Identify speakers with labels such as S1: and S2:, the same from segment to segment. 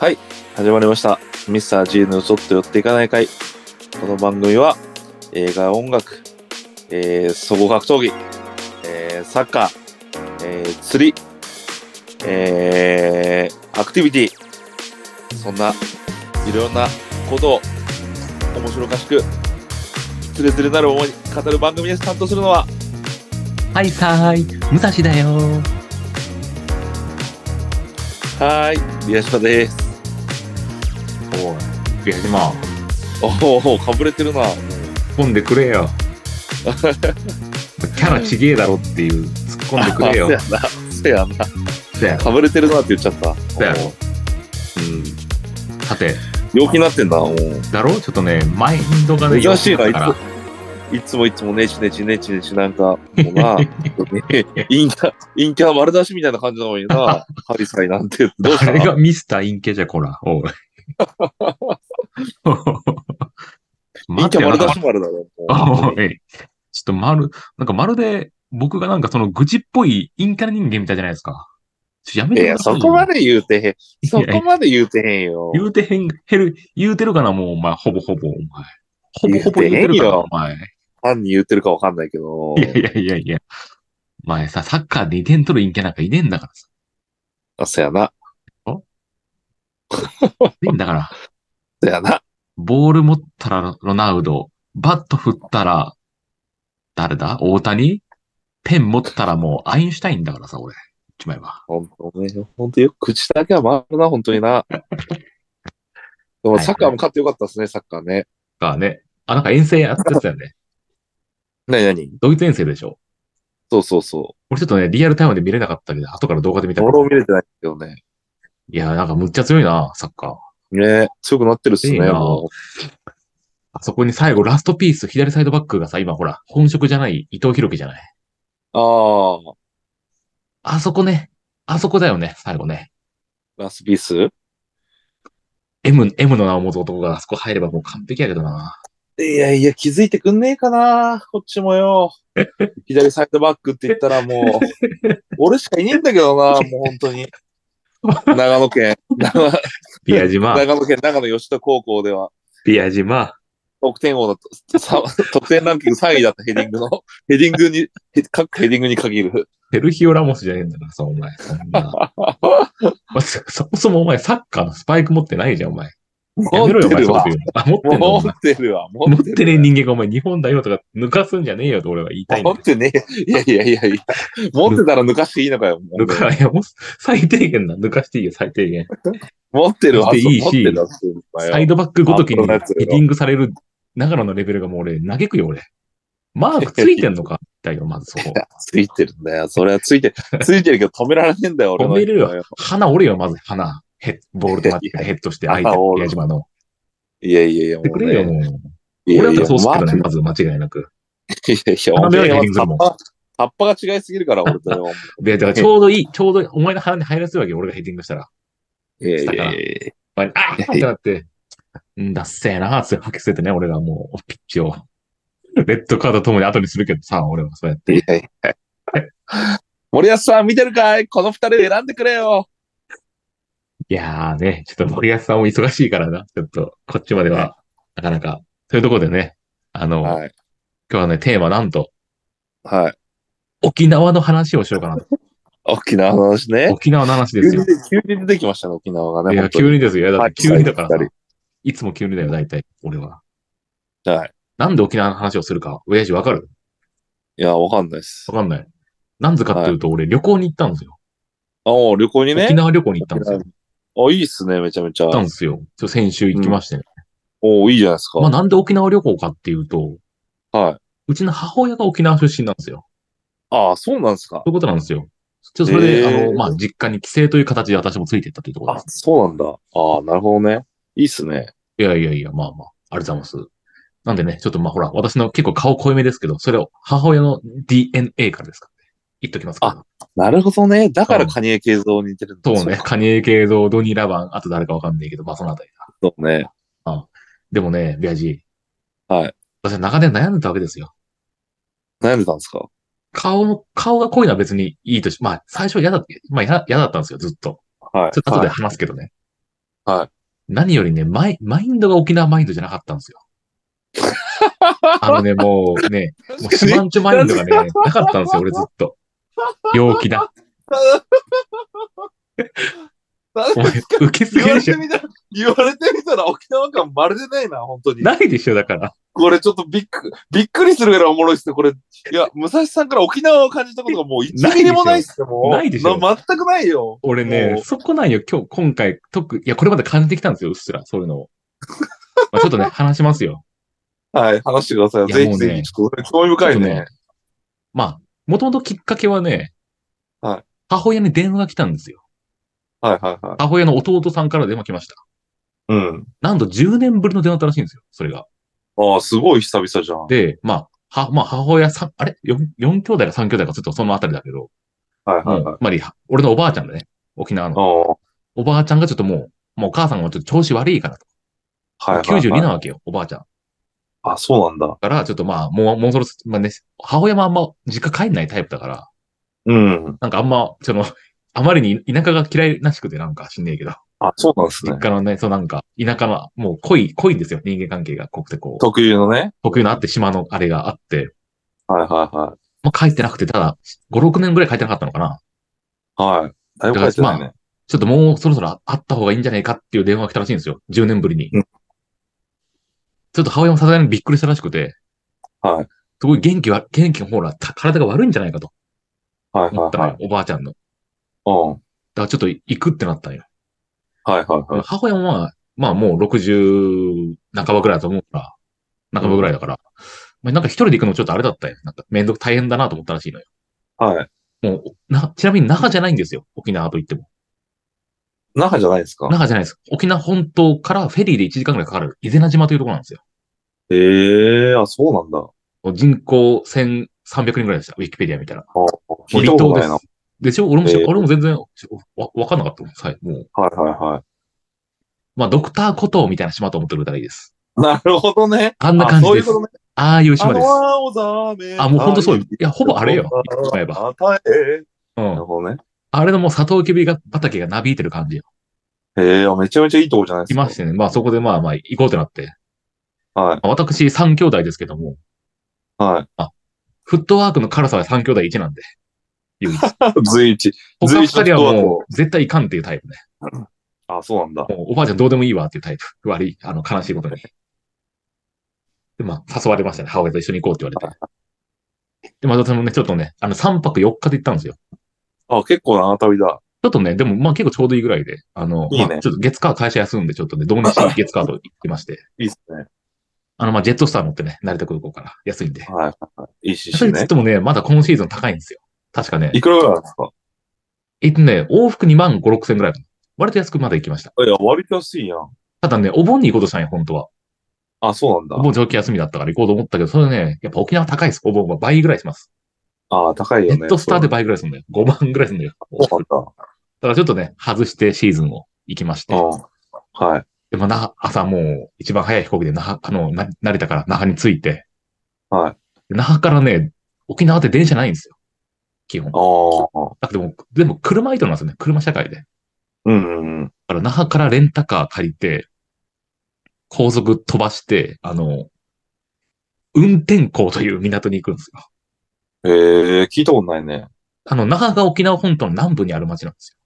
S1: はい、始まりました。ミスター G の嘘って寄っていかない会。この番組は映画、音楽、えー、総合格闘技、えー、サッカー、えー、釣り、えー、アクティビティ、そんないろんなことを面白おかしく、つれづれなる思いに語る番組です。担当するのは、
S2: はいさーい、武蔵だよ
S1: はーい、リアシマです。
S3: おい、宮島、
S1: おお、かぶれてる な。
S3: 突っ込んでくれ よ。キャラちげえだろっていう、突っ込んでくれ よ。
S1: せやな、せやな。
S3: だよ
S1: かぶれてるなって言っちゃった。
S3: だよ
S1: おう
S3: さて、
S1: 陽気になってんだ。おう
S3: だろちょっとね、マインドがね、
S1: 珍しいな、い
S3: だから。
S1: ついつもいつもネチネチネチネチなんか、もう な、ちょっとね陰キャ、陰キャ丸出しみたいな感じなのに な、ハリサイなんて、どうし
S3: あ
S1: た
S3: れ
S1: の
S3: がミスターインケじゃ、こら。お い。
S1: 陰
S3: 待
S1: キ
S3: て
S1: ャ
S3: よな
S1: 丸
S3: んか
S1: 出し丸だろ。も
S3: おい。ちょっとまる、なんかまるで、僕がなんかその愚痴っぽい陰キャラ人間みたいじゃないですか。ちょっとや
S1: う
S3: め
S1: い
S3: て
S1: や、そこま
S3: で
S1: で言うてへん。そこまで言うてへんよ。
S3: 言うてへん、減る、言うてるかな、もう、お前、ほぼほぼ、お前。ほぼほぼ
S1: 言う
S3: 言うて
S1: てへん
S3: るかな、
S1: よ
S3: お前。
S1: 何言ってるかわかんないけど
S3: い。やいやいやいや。お前さ、サッカーで2点取る陰キャなんかいねえんだからさ。
S1: あ、そやな。
S3: いねえんだから。
S1: そやな。
S3: ボール持ったらロナウド、バット振ったら、誰だ大谷ペン持ったらもうアインシュタインだからさ、俺。一枚は。
S1: ほんとね、ほんとよ、口だけは回るな、ほんとにな。でも
S3: はい
S1: サッカーも勝ってよかったですね、サッカーね。
S3: だからね。あ、なんか遠征やってたよね。
S1: なになに
S3: ドイツ遠征でしょ。
S1: そうそうそ
S3: 俺ちょっとね、リアルタイムで見れなかったけど、後から動画で見
S1: う。
S3: たけ
S1: 俺も
S3: ど。
S1: 見れてないんだけどね。
S3: いや、なんかむっちゃ強いな、サッカー。
S1: ね強くなってるっすね。
S3: いいな
S1: も
S3: あそこに最後、ラストピース、左サイドバックがさ、今ほら、本職じゃない、伊藤博樹じゃないう
S1: あ
S3: あそこね。あそこだよね、最後ね。
S1: あ、ラスピース
S3: M、M の名を持つ男があそこ入ればもう完璧やけどな。
S1: いやいや、気づいてくんねえかなこっちも よ。左サイドバックって言ったらもう、俺しかいねえんだけどな、もう本当に。長野県、 長
S3: ビ ア島、
S1: 長野県長野吉田高校では、
S3: ビア島。
S1: 得点王のと、さ得点ランキング3位だったヘディングの、ヘディングに、へ各ヘディングに限る。
S3: セルヒオ・ラモスじゃねえんだからさ、お前。そんなまそそもそもお前、サッカーのスパイク持ってないじゃん、お前。や
S1: 持っ
S3: めろよ、お
S1: て
S3: 前、
S1: る
S3: そう
S1: わ。
S3: いうの。あ、持ってんの
S1: 持
S3: お前
S1: ってるわ。持
S3: 持っ
S1: って
S3: て
S1: る
S3: ねえ
S1: わ
S3: 人間がお前、日本代表とか抜かすんじゃねえよと俺は言いたいんだ
S1: 持
S3: よ
S1: ってねえ。いやいやいやいや。持ってたら抜かしていいのかよ。もう
S3: 抜か、いや、もう、最低限だ。抜かしていいよ、最低限。
S1: 持ってるわ。
S3: していいし
S1: 持ってるわそういうのよ
S3: サイドバックごとき
S1: あ
S3: に
S1: そんな
S3: ヘ
S1: やつよ
S3: ディングされる長野のレベルがもう俺、嘆くよ、俺。マークついてんのかだよ、まずそこ
S1: い。やついてるんだよ。それはついてる。ついてるけど止められねえんだよ、俺の
S3: 止めれるわ鼻折れよ、まず鼻。ヘッ、ボールと待って、ヘッドして、相手、
S1: 鼻折る
S3: 宮島の。
S1: いやいやいや、も
S3: やってく
S1: う
S3: れよ、
S1: ね。
S3: もう。
S1: いや
S3: 俺だっ
S1: いや、
S3: たらそうするけどね、
S1: ま
S3: まず間違いなく。
S1: あいやいや、
S3: 鼻の上に
S1: お前
S3: ヘディングするもん
S1: 葉っぱ葉っぱが違いすぎるから、俺と よ。
S3: で、だからちょうどいい、ちょうどお前の鼻に入らせるわけよ、俺がヘッディングしたら。
S1: いやいやいやいや。
S3: あ あーってなって、うんだっせーなーって吐き捨ててね、俺がもう、ピッチを。レッドカードともに後にするけどさ、俺はそうやって。
S1: いやいや。森保さん見てるかいこの二人選んでくれよ。
S3: いやーね、ちょっと森保さんも忙しいからな、ちょっと、こっちまでは、なかなか。というところでね、あの、
S1: はい。
S3: 今日はね、テーマなんと、
S1: はい。
S3: 沖縄の話をしようかなと。
S1: 沖縄の話ね。
S3: 沖縄の話で
S1: 急
S3: すよ
S1: に。急に出てきましたね、沖縄が
S3: い
S1: ね。
S3: や、
S1: 本当に
S3: 急にですよ。いや、だって急にだからさ
S1: はい
S3: いつも急にだよ、大体、俺は。
S1: はい。
S3: なんで沖縄の話をするか、親父わかる
S1: いや、わかんないです。
S3: わかんない。なんでかっていうと、俺旅行に行ったんですよ。
S1: あ、もう旅行にね
S3: 沖。縄旅行に行ったんですよ。行
S1: あ、いいっすね、めちゃめちゃ
S3: っ。たんですよ。ちょ先週行きましてね。
S1: おーいいじゃないですか。
S3: まあなんで沖縄旅行かっていうと、
S1: はい。
S3: うちの母親が沖縄出身なんですよ。
S1: ああ、そうなんですか
S3: そ。ういうことなんですよ。ちょっとそれで、
S1: えー
S3: あの、まあ実家に帰省という形で私もついていったというところ
S1: あ
S3: で、す。
S1: そうなんだ。ああ、なるほどね。いいっすね。
S3: いやいやいや、まあまあ、ありがとうございます。なんでね、ちょっとまあほら、私の結構顔濃いめですけど、それを母親の DNA からですからね。言っときますけど。
S1: なるほどね。だから
S3: うん
S1: カニエ形像に似てるんだ。
S3: そうね。カニエ系像、ドニー・ラバン、あと誰かわかんないけど、まあそのあたりだ。
S1: そうね。
S3: でもね、ビアジー。
S1: はい。
S3: 私は長年悩んでたわけですよ。
S1: 悩んでたんですか
S3: 顔の、顔が濃いのは別にいいとし、まあ、最初嫌だっ、まあ嫌嫌だったんですよ、ずっと。
S1: はい。
S3: ちょっと後で話すけどね。
S1: はい。
S3: 何よりね、マイ、マインドが沖縄マインドじゃなかったんですよ。あのね、もうね、もう
S1: 確
S3: シ
S1: か
S3: マ
S1: に
S3: ンチョマインドがね、なかったんですよ、俺ずっと。陽 気だ。お前、受けすぎ
S1: 言わ
S3: で
S1: れ
S3: してょ。
S1: み たら、言われてみたら沖縄感まるでないな、本当に。
S3: ないでしょ、だから。
S1: これちょっとびっく、びっくりするぐらいおもろいっすね、これ。いや、武蔵さんから沖縄を感じたことがもう1ミリもないっすよ、もう。
S3: ないでしょ
S1: な全くないよ。
S3: 俺ね
S1: も、う
S3: そこなんよ、今日、今回、特、いや、これまで感じてきたんですよ、うっすら、そういうのを。まあちょっ とね、話しますよ。
S1: はい、話してください。
S3: いや
S1: ぜ
S3: も
S1: ひ
S3: うね
S1: ぜひ、ちょっと興味深い
S3: ちょ
S1: ね
S3: っ。まあ、もともときっかけはね、
S1: はい
S3: 母親に電話が来たんですよ。
S1: はいはいはい。
S3: 母親の弟さんから電話来ました。
S1: うん。
S3: なんと10年ぶりの電話だったらしいんですよ、それが。
S1: ああ、すごい久々じゃん。
S3: で、まあ、は、まあ、母親さん、あれ ?4、四兄弟か3兄弟か、ちょっとそのあたりだけど、
S1: はい
S3: も
S1: は
S3: う
S1: いはい。
S3: つまり、俺のおばあちゃんだね、沖縄の。
S1: あ
S3: おばあちゃんがちょっともう、もうお母さんがちょっと調子悪いからと。
S1: あ、はいはい、はい。
S3: 92なわけよ、おばあちゃん。だ
S1: あ、そうなんだ。
S3: から、ちょっとまあ、もう、もうそろそろ、まあね、母親もあんま実家帰んないタイプだから、
S1: うん。
S3: なんかあんま、その、あまりに田舎が嫌いらしくてなんか知んねえけど、
S1: あ、そうなんです
S3: 実
S1: ね。
S3: 家のね、そうなんか、田舎の、もう濃い、濃いんですよ、人間関係が濃くてこう、
S1: 特有のね。
S3: 特有のあって島のあれがあって、
S1: はいはいはい。
S3: まあ、帰ってなくて、ただ、5、6年ぐらい帰ってなかったのかな。
S1: はい。だいぶ変えてないね。
S3: ちょっともうそろそろ会った方がいいんじゃないかっていう電話が来たらしいんですよ。10年ぶりに。
S1: うん
S3: ちょっと母親もさすがにびっくりしたらしくて。
S1: はい。
S3: すごい元気は、元気の方がた体が悪いんじゃないかと
S1: はい
S3: 思
S1: は
S3: っ
S1: い
S3: たの
S1: は
S3: よ
S1: い。。
S3: おばあちゃんの。
S1: うん。
S3: だからちょっと行くってなったのよ。
S1: はいはいはい。
S3: 母親もまあ、まあもう60半ばぐらいだと思うから、半ばぐらいだから。まあなんか一人で行くのちょっとあれだったよ。なんかめんどく大変だなと思ったらしいのよ。
S1: はい。
S3: もう、な、ちなみに那覇じゃないんですよ。沖縄と言っても。
S1: 那覇じゃないですか
S3: 那覇じゃないです。沖縄本島からフェリーで1時間ぐらいかかる伊是名島というところなんですよ。
S1: ええあ、そうなんだ。
S3: 人口1300人ぐらいでした。ウィキペディア見たら。
S1: あ聞いた
S3: 離
S1: こと
S3: 島
S1: な
S3: で
S1: いな。は
S3: す。でしょ俺もし、
S1: えー
S3: 俺も全然わわかんなかったもん。はい。もう、
S1: いはいは
S3: まあ、ドクターコトーみたいな島と思ってくれたらいいです。
S1: い。なるほどね。
S3: あんな感じ
S1: そうい
S3: で
S1: う
S3: す。
S1: こ
S3: あ
S1: とね。
S3: あいう
S1: あ
S3: 島です。
S1: の青ざめ。
S3: あ、もうほんとそう。い
S1: い
S3: や、ほぼあれよ。言ってしまえば。
S1: あたえ。
S3: う
S1: なる
S3: ん。
S1: ほどね。
S3: あれのもうサトウキビが、畑がなびいてる感じよ。
S1: ええめちゃめちゃいいとこじゃないで
S3: い
S1: すか。
S3: ましてね。まあ、そこでまあまあ、行こうってなって。
S1: はい
S3: まあ私、3兄弟ですけども、
S1: は
S3: フットワークの辛さは3兄弟1なんで。唯一。
S1: い。 随一。
S3: 他
S1: 随
S3: 二
S1: 一の
S3: 人
S1: 人は
S3: はもう絶対いかんっていうタイプね。
S1: あ、そうなんだ。
S3: もうおばあちゃんどうでもいいわっていうタイプ。悪い、あの、悲しいことに。で、まあ、誘われましたね。母親と一緒に行こうって言われて。で、まあ、私もね、ちょっとね、あの、3泊4日で行ったんですよ。
S1: あ、結構な旅だ。
S3: ちょっとね、でも、まあ、結構ちょうどいいぐらいで、あの、
S1: いいね
S3: まあ、ちょっと月火会社休んで、ちょっとね、同日に月火と行ってまして、
S1: いいっすね。
S3: あの、まあ、ジェットスター乗ってね、成田空港から安いんで。
S1: はいはいはい。いいし
S3: それつっ
S1: ね。
S3: てもね、まだ今シーズン高いんですよ。確かね
S1: い、くらぐらいなんですか
S3: えっとね、往復2万5、6千ぐらい。割と安くまだ行きました。
S1: いや、割と安いやん。
S3: ただね、お盆に行こうとしたんよ、本当は。
S1: あ、そうなんだ
S3: お。盆長期休みだったから行こうと思ったけど、それね、やっぱ沖縄高いです。お盆は倍ぐらいします。
S1: あ、高い
S3: ヘ
S1: よね。
S3: ッドスターで倍ぐらいするんだよ。5万ぐらいするんだよ。
S1: そ
S3: だ
S1: うなん
S3: からちょっとね、外してシーズンを行きま して。
S1: だ。うん。はい。
S3: でもな、朝もう一番早い飛行機で那覇、あの、な成田から那覇に着いて。
S1: はい
S3: で。那覇からね、沖縄って電車ないんですよ。基本。
S1: ああ。
S3: だけども、でも車移動なんですよね。車社会で。だ
S1: うんうんうん。
S3: から那覇からレンタカー借りて、高速飛ばして、あの、運転港という港に行くんですよ。
S1: ええ聞いたことないね。
S3: あの、那覇が沖縄本島の南部にある町なんです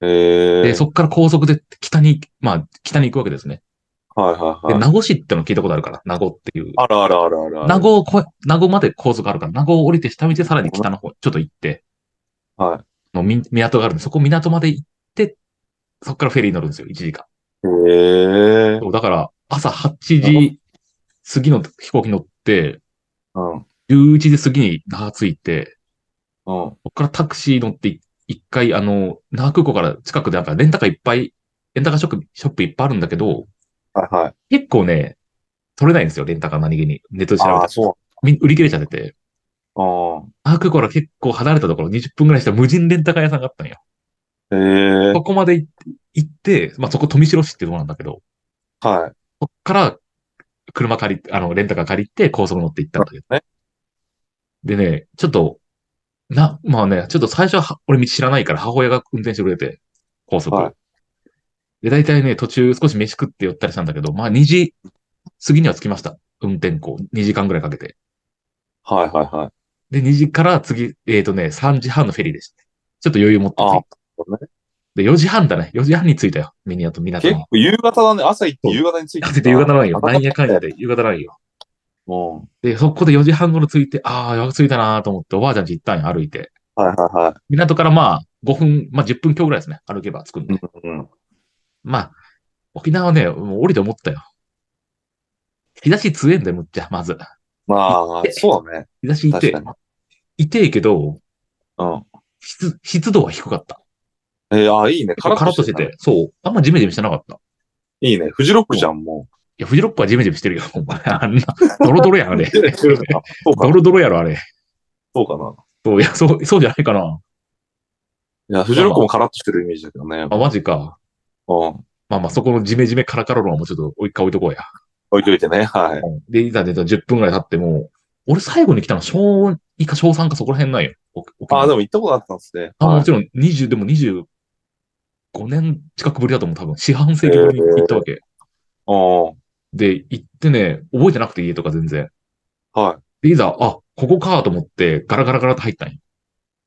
S1: え
S3: よ。
S1: え
S3: で、そこから高速で北に、まあ、北に行くわけですね。
S1: はいはい
S3: で、
S1: はい。
S3: 名護市っての聞いたことあるから、名護っていう。
S1: あらあらあらあら。
S3: 名護を越え、名護まで高速あるから、名護を降りて下道でさらに北の方、ちょっと行って、
S1: は
S3: のみ港があるんで、そこ港まで行って、そこからフェリーに乗るんですよ、1時間。
S1: い。ええ
S3: そうだから、朝8時過ぎの飛行機乗って、
S1: うん。うん。
S3: 11時過ぎに那覇着いて、
S1: は
S3: そこからタクシー乗って、一回、あの、那覇空港から近くで、なんかレンタカーいっぱい、レンタカーショップ、ショップいっぱいあるんだけど、
S1: いはい。
S3: 結構ね、取れないんですよ、レンタカー何気に。ネットで調べ
S1: あ
S3: た
S1: あ、
S3: ら
S1: そ
S3: み売り切れちゃってて。
S1: う。あ
S3: 那覇空港から結構離れたところ、20分ぐらいした無人レンタカー屋さんがあったんよ。
S1: あ。ええ
S3: そこまで行って行って、まあ、そこ富城市ってとこなんだけど、
S1: はい。
S3: そこから車借り、あの、レンタカー借りて高速乗って行ったんだけど。
S1: ね
S3: でね、ちょっとな、まあね、ちょっと最初は俺道知らないから母親が運転してくれて、高速。
S1: はい
S3: で、大体ね、途中少し飯食って寄ったりしたんだけど、まあ2時過ぎには着きました。運転校。2時間ぐらいかけて。
S1: はいはいはい。
S3: で、2時から次、えっ、とね、3時半のフェリーでした。ちょっと余裕持って着い
S1: あ
S3: た
S1: あ、そうね
S3: で、4時半だね。4時半に着いたよ。ミニアと港
S1: 結
S3: の。
S1: 構夕方だね。朝行って夕方に着いて
S3: あ、絶対夕方ないよ。
S1: あ
S3: なんやかん やで夕方ないよ。
S1: も
S3: で、そこで4時半頃着いて、ああ、着いたなーと思って、おばあちゃんち行ったんよ、歩いて。
S1: う。はいはいは
S3: 港からまあ、5分、まあ10分強ぐらいですね。歩けば着くんで。
S1: い。うん。
S3: まあ、沖縄はね、もう降りて思ったよ。日差し強えんだよ、むっちゃ、まず。
S1: まあ、そうだね。
S3: 日差しい
S1: 確
S3: て
S1: か、に。
S3: いてえけど、
S1: うん。
S3: 湿、湿度は低かった。
S1: えー、ああ、いいね。
S3: カラッとして
S1: るね
S3: て、そう。あんまジメジメしてなかった。い
S1: いいね。フジロックじゃん、 も
S3: や、フジロックはジメジメしてるよ、お前。あんな、ドロドロやん、あれ
S1: う。。 そうか
S3: ド
S1: な。
S3: ロドロやろ、あれ。
S1: そうかな。
S3: そう、いや、そう、そうじゃないかな。
S1: いや、フジロックもカラッとしてるイメージだけどね。
S3: あ、マジか。
S1: うん。
S3: まあまあ、そこのジメジメカラカラ論はもうちょっと一回置いとこうや。
S1: 置いといてね。はい。
S3: うんで、いざ出たら10分ぐらい経っても、俺最後に来たの小2か小3かそこら辺なんよ。お沖
S1: あ
S3: 縄
S1: あ、でも行ったことあったんですね。
S3: あ、
S1: はい
S3: もちろん20、でも25年近くぶりだと思う、多分。四半世紀ぶりに行ったわけ。
S1: うん。
S3: で、行ってね、覚えてなくて家とか全然。
S1: はい。
S3: で、いざ、あ、ここかと思って、ガラガラガラと入ったんよ。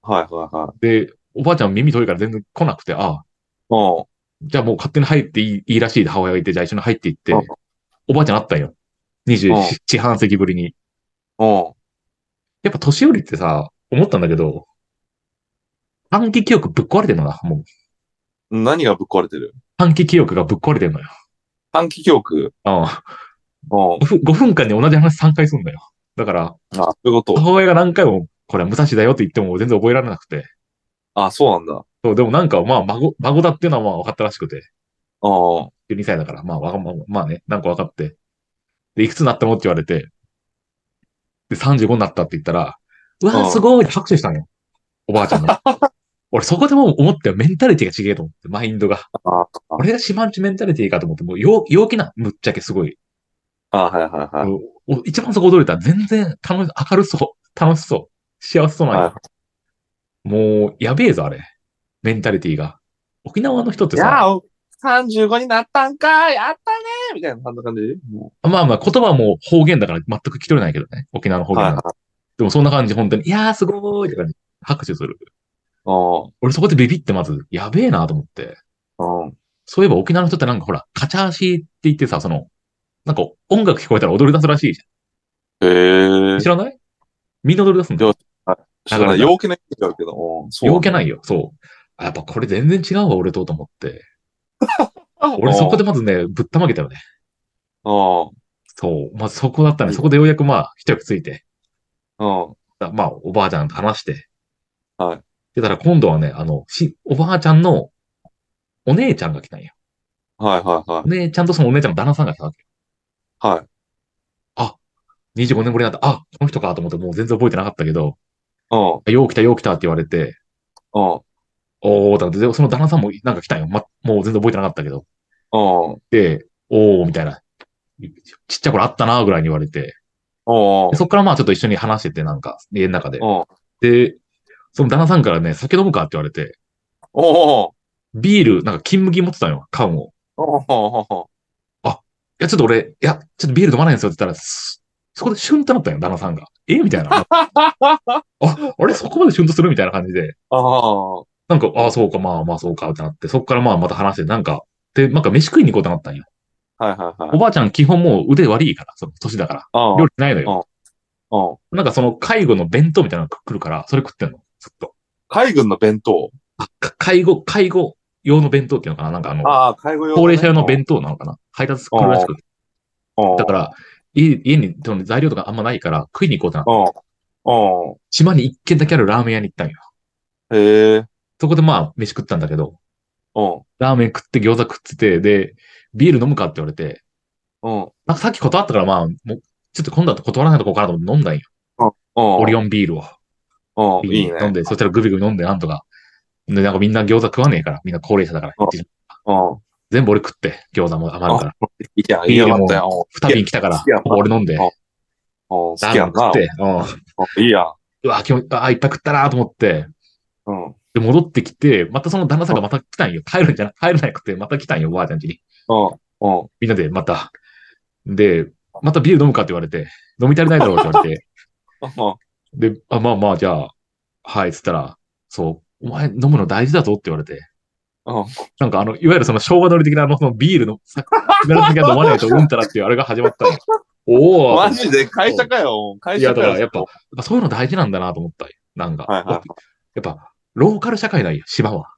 S1: はいはいはい。
S3: で、おばあちゃん耳遠いから全然来なくて、あ、
S1: うん。
S3: じゃあもう勝手に入っていいいいらしいで母親がいて、じゃあ一緒に入っていって
S1: うん、
S3: おばあちゃんあったんよ。
S1: うん
S3: 24、四半世紀ぶりに。
S1: うん。
S3: やっぱ年寄りってさ、思ったんだけど、短期記憶ぶっ壊れてんのな、もう。
S1: 何がぶっ壊れてる
S3: 短期記憶がぶっ壊れてんのよ。
S1: 短期記憶。
S3: うん。
S1: うん。
S3: 5, 分間に同じ話3回すんだよ。だから、
S1: あ、そういうこと。
S3: 母親が何回も、これは武蔵だよって言っても全然覚えられなくて。
S1: あ、そうなんだ。
S3: そう、でもなんか、まあ、孫、孫だっていうのはまあ分かったらしくて。
S1: うん。
S3: 12歳だから、まあ、わかまあ、まあね、なんか分かって。で、いくつになったのって言われて、で、35になったって言ったら、うわ
S1: う
S3: ー、
S1: ん
S3: すごいって拍手したんよ。おばあちゃ んが。俺、そこでもう思ったよ。メンタリティが違えと思って、マインドが。
S1: ああ
S3: 俺が島んちメンタリティかと思って、もう陽陽気な、むっちゃけすごい。
S1: あ、はいはいはい。
S3: お一番そこ驚いた。全然楽し、明るそう。楽しそう。幸せそうなんや
S1: は
S3: もう、やべえぞ、あれ。メンタリティが。沖縄の人って
S1: いや
S3: さ、
S1: あ、35になったんかやったねみたいな、そんな感じも
S3: まあまあ言葉も方言だから全く聞き取れないけどね。沖縄の
S1: う
S3: 方言だからでもそんな感じ、本当に。いやー、すごーいって感じ。拍手する。
S1: は
S3: 俺そこでビビってまず、やべえなと思って。
S1: い。うん。うん。
S3: そういえば沖縄の人ってなんかほら、カチャーシーって言ってさ、その、なんか音楽聞こえたら踊り出すらしいじ
S1: へ
S3: ゃ
S1: え
S3: ん。。知らないみんな踊り出すんだよ。
S1: だから陽気なイメージあるけど、うん。そう
S3: 陽気ないよ。そう。あやっぱこれ全然違うわ、俺とと思って。俺そこ
S1: で。
S3: でまずね、ぶったまげたよね。
S1: う
S3: そう。まあ、そこだったね。
S1: うん
S3: そこでようやくまあ、一役ついて。
S1: ん。うん。
S3: だまあ、おばあちゃんと話して。
S1: はい。
S3: で、たら今度はね、あの、し、おばあちゃんの、お姉ちゃんが来たんよ。
S1: はいはいは
S3: お姉ちゃんとそのお姉ちゃんの旦那さんが来たわけ。
S1: い。はい。
S3: 25年ぶりになった。あ、この人かと思って、もう全然覚えてなかったけど、
S1: うん。
S3: よう来た、よう来たって言われて、
S1: うん。
S3: おー、だって、でその旦那さんもなんか来たんよ。ま、もう全然覚えてなかったけど。
S1: うん。
S3: で、おー、みたいな。ちっちゃい頃あったなーぐらいに言われて。
S1: うん。
S3: でそっからまあちょっと一緒に話してて、なんか、家の中で
S1: う。ん。
S3: で、その旦那さんからね、酒飲むかって言われて、
S1: お
S3: ビール、なんか金麦持ってたのよ、缶を。
S1: お
S3: いや、ちょっと俺、いや、ちょっとビール飲まないんですよって言ったら、すそこでシュンとなったのよ、旦那さんが。えみたいな。あ、あれそこまでシュンとするみたいな感じで。
S1: あ
S3: なんか、ああ、そうか、まあまあ、そうか、ってなって、そこからまあ、また話して、なんか、で、なんか飯食いに行こうとなったんよ。
S1: あ。はいはいは
S3: お
S1: い。
S3: ばあちゃん基本もう腕悪いから、その年だから。
S1: うん。
S3: 料理しないのよ。
S1: うん。
S3: なんかその介護の弁当みたいなのが来るから、それ食ってんの。ずっと。
S1: 海軍の弁当。
S3: あ、か介護、介護用の弁当っていうのかななんかあの、
S1: ああ、介護用、
S3: 高齢者用の弁当なのかな配達来るらしくて。
S1: 当
S3: だから、家家にその材料とかあんまないから食いに行こうってなって。
S1: うん。うん。
S3: 島に一軒だけあるラーメン屋に行ったんよ。
S1: へえ。
S3: そこでまあ、飯食ったんだけど、
S1: うん。
S3: ラーメン食って餃子食ってて、で、ビール飲むかって言われて、
S1: うん。
S3: なんかさっき断ったからまあ、もう、ちょっと今度は断らないとこうかなと思って飲んだんよ。
S1: うん。
S3: オリオンビールを。
S1: うん。いい
S3: 飲ん
S1: ね。
S3: で、そしたらグビグビ飲んで、なんとか。で、なんかみんな餃子食わねえから、みんな高齢者だから。
S1: うんうん。
S3: 全部俺食って、餃子も余るから。
S1: いや、いいよ、かったよ。
S3: 二瓶来たから
S1: いや、
S3: 俺飲ん
S1: う
S3: で、
S1: ん好
S3: ラ
S1: き
S3: ーメ
S1: や
S3: ン
S1: ん
S3: 食
S1: な
S3: っ。て、うん。
S1: うんいいやん。
S3: うわ、気持ち、ああ、いっぱい食ったなと思って、
S1: うん。うん。
S3: で、戻ってきて、またその旦那さんがまた来たんよ。帰るんじゃな、帰れなくて、また来たんよ、ばあちゃん家に。
S1: うん。
S3: みんなで、また。で、またビール飲むかって言われて、飲み足りないだろうって言 われ
S1: う
S3: て、
S1: ん。
S3: で、あ、まあまあ、じゃあ、はい、つったら、そう、お前飲むの大事だぞって言われて、
S1: うん
S3: なんかあの、いわゆるその昭和乗り的なあの、そのビールの、さガラスが飲まないとうんたらっていうあれが始 まったの。おお
S1: マジで会社かよ。会
S3: い
S1: 社
S3: や、
S1: か
S3: だ
S1: よ。
S3: からやっぱ、やっぱそういうの大事なんだなと思ったよ。なんか。
S1: はいはいは
S3: やっぱ、ローカル社会なんよ、島は。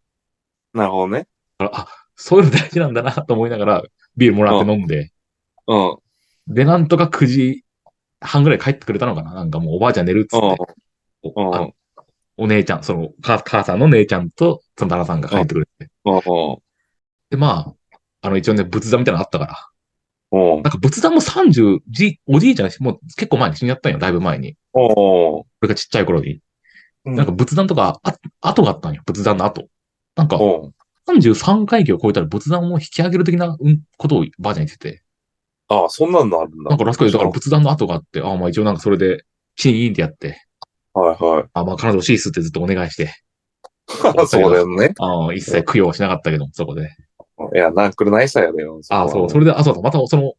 S1: なるほどね。
S3: そういうの大事なんだなと思いながら、ビールもらって飲んで、
S1: うん。
S3: で、なんとか9時半ぐらい帰ってくれたのかななんかもうおばあちゃん寝るっつって、
S1: う
S3: お
S1: ん。う
S3: あ
S1: ん。
S3: お姉ちゃん、その母、母さんの姉ちゃんと、その旦那さんが帰ってくれて。
S1: うん。
S3: で、まあ、あの、一応ね、仏壇みたいなのあったから。
S1: うん。
S3: なんか仏壇も30、じ、おじいちゃんがもう結構前に死んじゃったんよ、だいぶ前に。
S1: お
S3: 俺がちっちゃい頃に。
S1: うん
S3: なんか仏壇とか、あ、後があったんよ、仏壇の後。なんか、
S1: お
S3: 33回忌を超えたら仏壇を引き上げる的なうんことをばあちゃん言ってて、
S1: ああ、そんなのあるんだ。
S3: なんかラスカルだから仏壇の跡があって、ああまあ一応なんかそれで、死にいいってやって、
S1: はいはい。
S3: ああまあ彼女欲しいっすってずっとお願いして、
S1: そうだよね。
S3: ああ一切供養はしなかったけど、そこで。
S1: いや、なんくるないさやだよ。
S3: ああそう、それで、あそうそう、またその、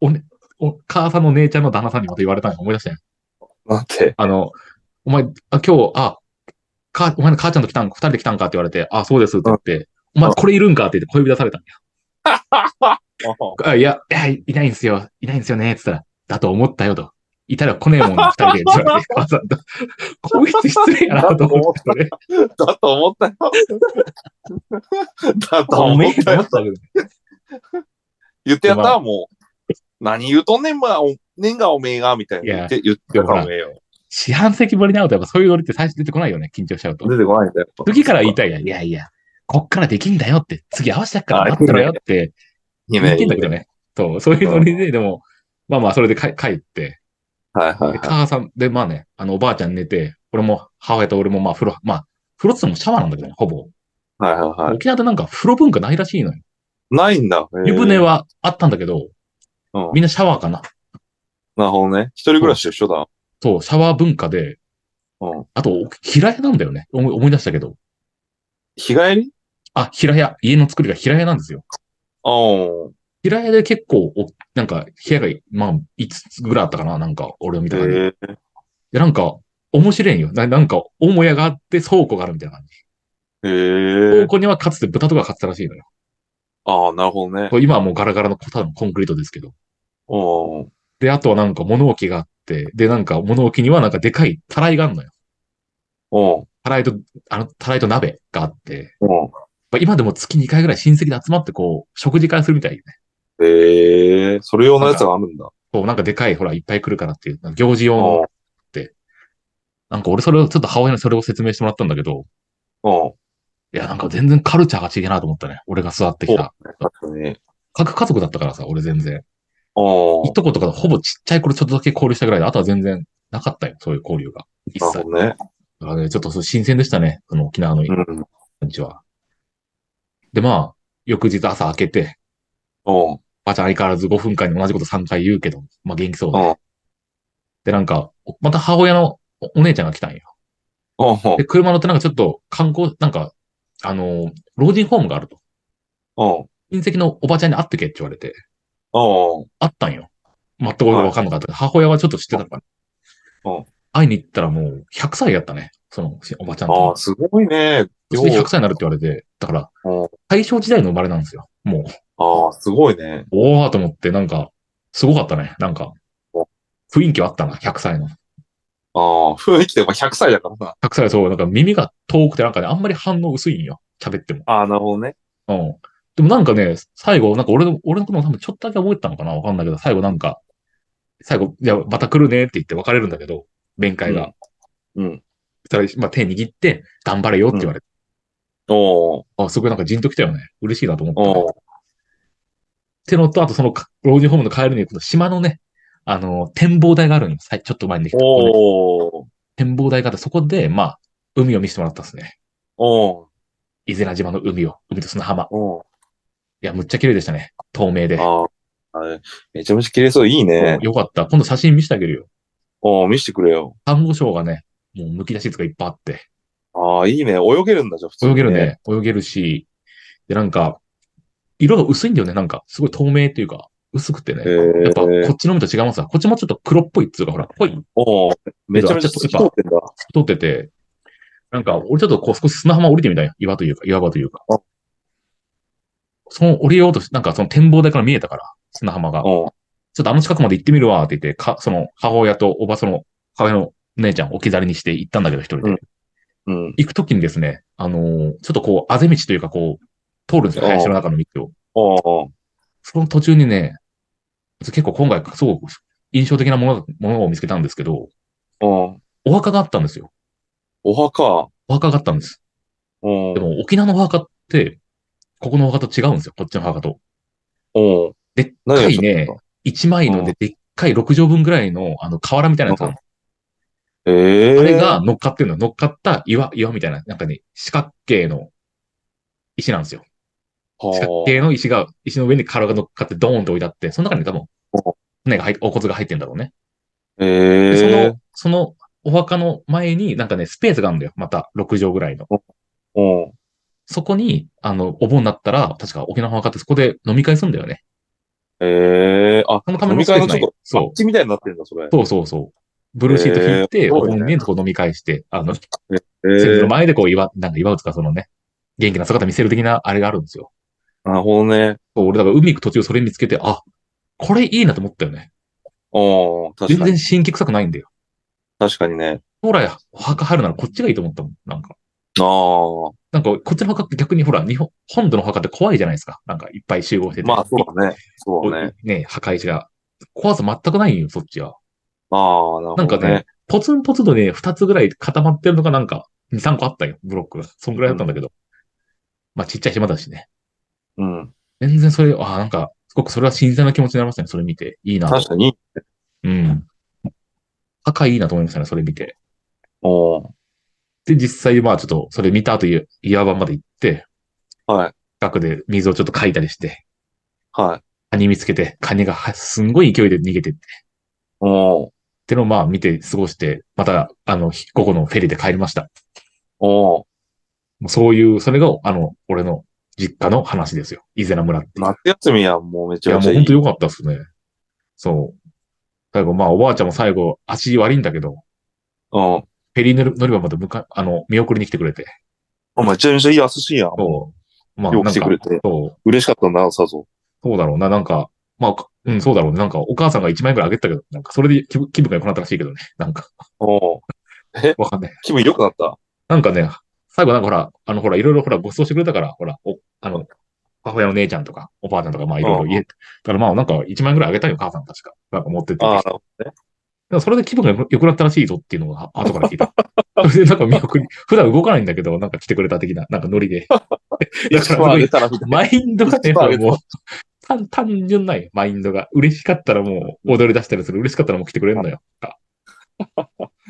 S3: おね、お母さんの姉ちゃんの旦那さんにまた言われたんよ思い出したんよ
S1: なん て。
S3: あの、お前、あ今日、あ、か、お前の母ちゃんと来たん、二人で来たんかって言われて、あそうですって言って、お前これいるんかって言って小指出されたんよあいや、いや、いないんすよ。いないんすよね。つったら、だと思ったよと。いたら来ねえもん、二人 で。って言われてわざわざこいつ失礼やなと思ったね。
S1: だと思ったよ。 だと
S3: おめ
S1: 思
S3: え
S1: っ
S3: と
S1: た
S3: 思
S1: よ
S3: っ。たけど。
S1: 言ってやったわもう。何言うとんねん、まあ、おねんがおめえが、みたいな。
S3: いや
S1: 言って、言ってたもええよ。
S3: 四半世紀ぶりに会うと、やっぱそういうノリって最初出てこないよね。緊張しちゃうと。
S1: 出てこないんだよ。
S3: 次から言いたいや。いやいや、こっからできんだよって。次合わせたから
S1: あ
S3: 待ってろよって
S1: いい
S3: 言
S1: ね
S3: ってんだけどね。そう、そういうノリで、でも、まあまあ、それでか帰って、
S1: はいはい
S3: で
S1: はい。
S3: 母さん、で、まあね、あの、おばあちゃん寝て、俺も、母親と俺も、まあ、風呂、まあ、風呂っつってもシャワーなんだけどね、ほぼ。
S1: はいはいはい。
S3: 沖縄でなんか風呂文化ないらしいのよ。
S1: ないんだ。
S3: 湯船
S1: は。
S3: はあったんだけど、
S1: うん
S3: みんなシャワーかな。
S1: なるほどね。一人暮らしと一緒だ。
S3: そう、シャワー文化で、
S1: うん。
S3: あと、平屋なんだよね。思い思い出したけど。
S1: 日帰り
S3: あ、平屋。家の作りが平屋なんですよ。
S1: ああ。
S3: 平屋で結構お、なんか、部屋が、まあ、5つぐらいあったかな。なんか、俺を見た感じ。
S1: ええ。
S3: で、なんか、面白いんよ。ななんか、母屋があって倉庫があるみたいな感じ。
S1: え
S3: 倉
S1: え。
S3: 庫にはかつて豚とか飼ってたらしいのよ。
S1: ああ、なるほどね。
S3: これ今はもうガラガラの、ただのコンクリートですけど。
S1: おー
S3: で、あとはなんか物置があって、で、なんか物置にはなんかでかいたらいがあるのよ。
S1: おー
S3: たらいと、あの、たらいと鍋があって、
S1: お
S3: まあ今でも月2回ぐらい親戚で集まってこう、食事会するみたいね。
S1: ーええ。それ用のやつがあるんだ。
S3: こう、なんかでかい、ほら、いっぱい来るからっていう、なんか行事用
S1: お
S3: の、
S1: ー
S3: なんか俺それを、ちょっと母親にそれを説明してもらったんだけど、
S1: おー
S3: いや、なんか全然カルチャーが違えなと思ったね。俺が座ってきた。
S1: 確かに。
S3: 各家族だったからさ、俺全然。
S1: お
S3: い
S1: ー
S3: とことかほぼちっちゃい頃ちょっとだけ交流したぐらいで、あとは全然なかったよ、そういう交流が。一
S1: な
S3: 切
S1: る。ほどね。
S3: だからねちょっとそう新鮮でしたね、その沖縄の一
S1: うん。
S3: 日は。で、まあ、翌日朝明けて、
S1: おー
S3: ばあちゃん相変わらず5分間に同じこと3回言うけど、まあ元気そ
S1: う
S3: う
S1: ん
S3: で。で、なんか、おまた母親のおお姉ちゃんが来たんよ。
S1: おー
S3: で、車乗ってなんかちょっと観光、なんか、あのー老人ホームがあると。
S1: おー
S3: 親戚のおばちゃんに会ってけって言われて、
S1: おー
S3: 会ったんよ。全く俺がわかんなかったけど、母親はちょっと知ってたのかな。
S1: うん
S3: 会いに行ったらもう100歳やったね。そのおばちゃん
S1: あ
S3: と
S1: あ、。すごいね。
S3: それで100歳になるって言われて、だから
S1: うん、
S3: 大正時代の生まれなんですよ。もう、
S1: ああ、すごいね。
S3: おーと思って、なんか、すごかったね。なんか
S1: うん、
S3: 雰囲気はあったな、100歳の。
S1: ああ、雰囲気でも100歳だからな。
S3: たくさんそう、なんか耳が遠くてなんかね、あんまり反応薄いんよ。喋っても。
S1: ああ、なるほどね。
S3: うん。でもなんかね、最後、なんか俺の、俺のことも多分ちょっとだけ覚えてたのかなわかんないけど、最後なんか、最後、じゃあまた来るねって言って別れるんだけど、面会が。
S1: うん。
S3: そしたら、まあ手握って、頑張れよって言われて。
S1: おー
S3: あ、すごいなんかじんときたよね。嬉しいなと思った。っ
S1: おー
S3: てのと、あとそのか老人ホームの帰りに行くと、島のね、あの、展望台があるんです。はいちょっと前にできたところに。
S1: おー
S3: 展望台があって、そこで、まあ、海を見せてもらったんですね。
S1: おー
S3: 伊是名島の海を、海と砂浜。
S1: おー
S3: いや、むっちゃ綺麗でしたね。透明で。
S1: ああ、はいめちゃめちゃ綺麗そう。いい
S3: そう
S1: ね。
S3: よかった。今度写真見せてあげるよ。
S1: おー見せてくれよ。
S3: サンゴ礁がね、もうむき出しとかいっぱいあって、
S1: ああ、いいね。泳げるんだ、じゃあ普通に、
S3: 泳げるね。泳げるし、で、なんか、色が薄いんだよね。なんか、すごい透明っていうか、薄くてね。
S1: へー
S3: やっぱ、こっちの海と違いますわ。こっちもちょっと黒っぽいっていうか、ほら、濃い、
S1: おお、めちゃめちゃ透き通ってんだ。
S3: 太ってて、なんか、俺ちょっとこう少し砂浜降りてみたいな。岩というか、岩場というか
S1: あ。
S3: その降りようとしなんかその展望台から見えたから、砂浜が。
S1: うん。
S3: ちょっとあの近くまで行ってみるわって言って、か、その母親とおばその母親の姉ちゃんを置き去りにして行ったんだけど、一人で。
S1: うんうん。
S3: 行くときにですね、あのーちょっとこう、あぜ道というかこう、通るんですよ、
S1: ああ
S3: 林の中の道を。
S1: おお。
S3: その途中にね、結構今回、すごく印象的なものものを見つけたんですけど、
S1: うん。
S3: お墓があったんですよ。
S1: お墓。
S3: お墓があったんです。
S1: うん
S3: で。も、沖縄のお墓って、ここのお墓と違うんですよ、こっちのお墓と。
S1: うん。
S3: でっ
S1: 何
S3: か
S1: が
S3: いね、一枚の
S1: う
S3: で
S1: ん、
S3: でっかい6畳分ぐらいの、あの、瓦みたいなやつがある
S1: ええ。
S3: あれが乗っかってるの、乗っかった岩、岩みたいな、なんかね、四角形の石なんですよ。
S1: はあ、
S3: 四角形の石が、石の上に殻が乗っかってドーンと置いてあって、その中に多分、骨が入っお骨が入ってんだろうね。
S1: え
S3: で、そ
S1: え。
S3: の、そのお墓の前になんかね、スペースがあるんだよ。また、6畳ぐらいの。
S1: うん。
S3: そこに、あの、お盆になったら、確か沖縄の墓ってそこで飲み会するんだよね。
S1: ええ。あ、
S3: そのため
S1: 飲
S3: の
S1: み
S3: スペ
S1: 会
S3: ー
S1: のち
S3: スない
S1: ょっと、あ
S3: そ
S1: っちみたいになってるんだ、それ
S3: う。。そうそうそう。ブルーシート引い
S1: へ
S3: て、
S1: ー
S3: お盆にこう飲み会して、あの、
S1: え
S3: 先祖の
S1: え。
S3: 前でこう祝、なんか祝うとか、そのね、元気な姿見せる的なあれがあるんですよ。
S1: なるほどね。
S3: そう俺、だから海行く途中それ見つけて、あ、これいいなと思ったよね。
S1: うん。確
S3: 全
S1: かに。
S3: 然新規臭くないんだよ。
S1: 確かにね。
S3: 将来、お墓入るならこっちがいいと思ったもん。なんか。
S1: ああ。
S3: なんか、こっちの墓って逆にほら、日本、本土の墓って怖いじゃないですか。なんか、いっぱい集合してて。
S1: まあ、そうだね。そうだ
S3: ね
S1: ね。。
S3: ね、墓石が。怖さ全くないよ、そっちは。
S1: ああ、なるほ
S3: なんか
S1: どね
S3: ね。、ポツンポツンとね、二つぐらい固まってるのがなんか、二、三個あったよ、ブロックが。そんぐらいだったんだけど。まあ、ちっちゃい島だしね。
S1: うん。
S3: 全然それ、ああ、なんか、すごくそれは新鮮な気持ちになりましたね、それ見て。いいなと。
S1: 確かに。
S3: うん。墓いいなと思いましたね、それ見て。
S1: うん。
S3: で、実際、まあちょっと、それ見た後、い岩場まで行って、
S1: はい。
S3: 近くで水をちょっとかいたりして、
S1: はい。
S3: カニ見つけて、カニがはすんごい勢いで逃げてって、
S1: うん。
S3: ってのをまあ見て過ごして、また、あの、ひ午後のフェリーで帰りました。
S1: うん。
S3: もうそういう、それが、あの、俺の実家の話ですよ。伊勢名村っていう。
S1: 夏休みやん、もうめ
S3: い
S1: ちゃ
S3: や、
S1: めち
S3: も
S1: ゃ
S3: う
S1: い
S3: 本
S1: い
S3: 当。良かったっすね。そう。最後、まあ、おばあちゃんも最後、足悪いんだけど、
S1: うん。
S3: フェリー乗り乗り場まで向か、あの、見送りに来てくれて。
S1: あめちゃめちゃいい優しいやん。
S3: そう。まあ、
S1: よ
S3: な
S1: く
S3: ん
S1: して
S3: か
S1: く、れて。
S3: そう。
S1: 嬉しかったんだな、さぞ。
S3: そうだろうな、なんか、まあ、かうん、そうだろうね。なんか、お母さんが1万円くらいあげてたけど、なんか、それで気分気分が良くなったらしいけどね。なんか、
S1: うん。
S3: わかんない。
S1: 気分良くなった。
S3: なんかね、最後なんかほら、あの、ほら、いろいろほら、ご馳走してくれたから、ほら、お、あの、母親の姉ちゃんとか、おばあちゃんとか、まあ、いろいろ言え、だからまあ、なんか、1万円くらいあげたよ、母さん確か。なんか持ってって。
S1: ああ、な
S3: で
S1: るほどね。
S3: もそれで気分が良く良くなったらしいぞっていうのが、あ後から聞いた。それで、なんか、見送り、普段動かないんだけど、なんか来てくれた的な、なんかノリで。だから、す
S1: 一番
S3: ご
S1: あ
S3: い
S1: げたらみたいな。
S3: マインドがね、
S1: 一番上げた
S3: もう、単、単純なんよ、マインドが。嬉しかったらもう、踊り出したりする。嬉しかったらもう来てくれ るのよ。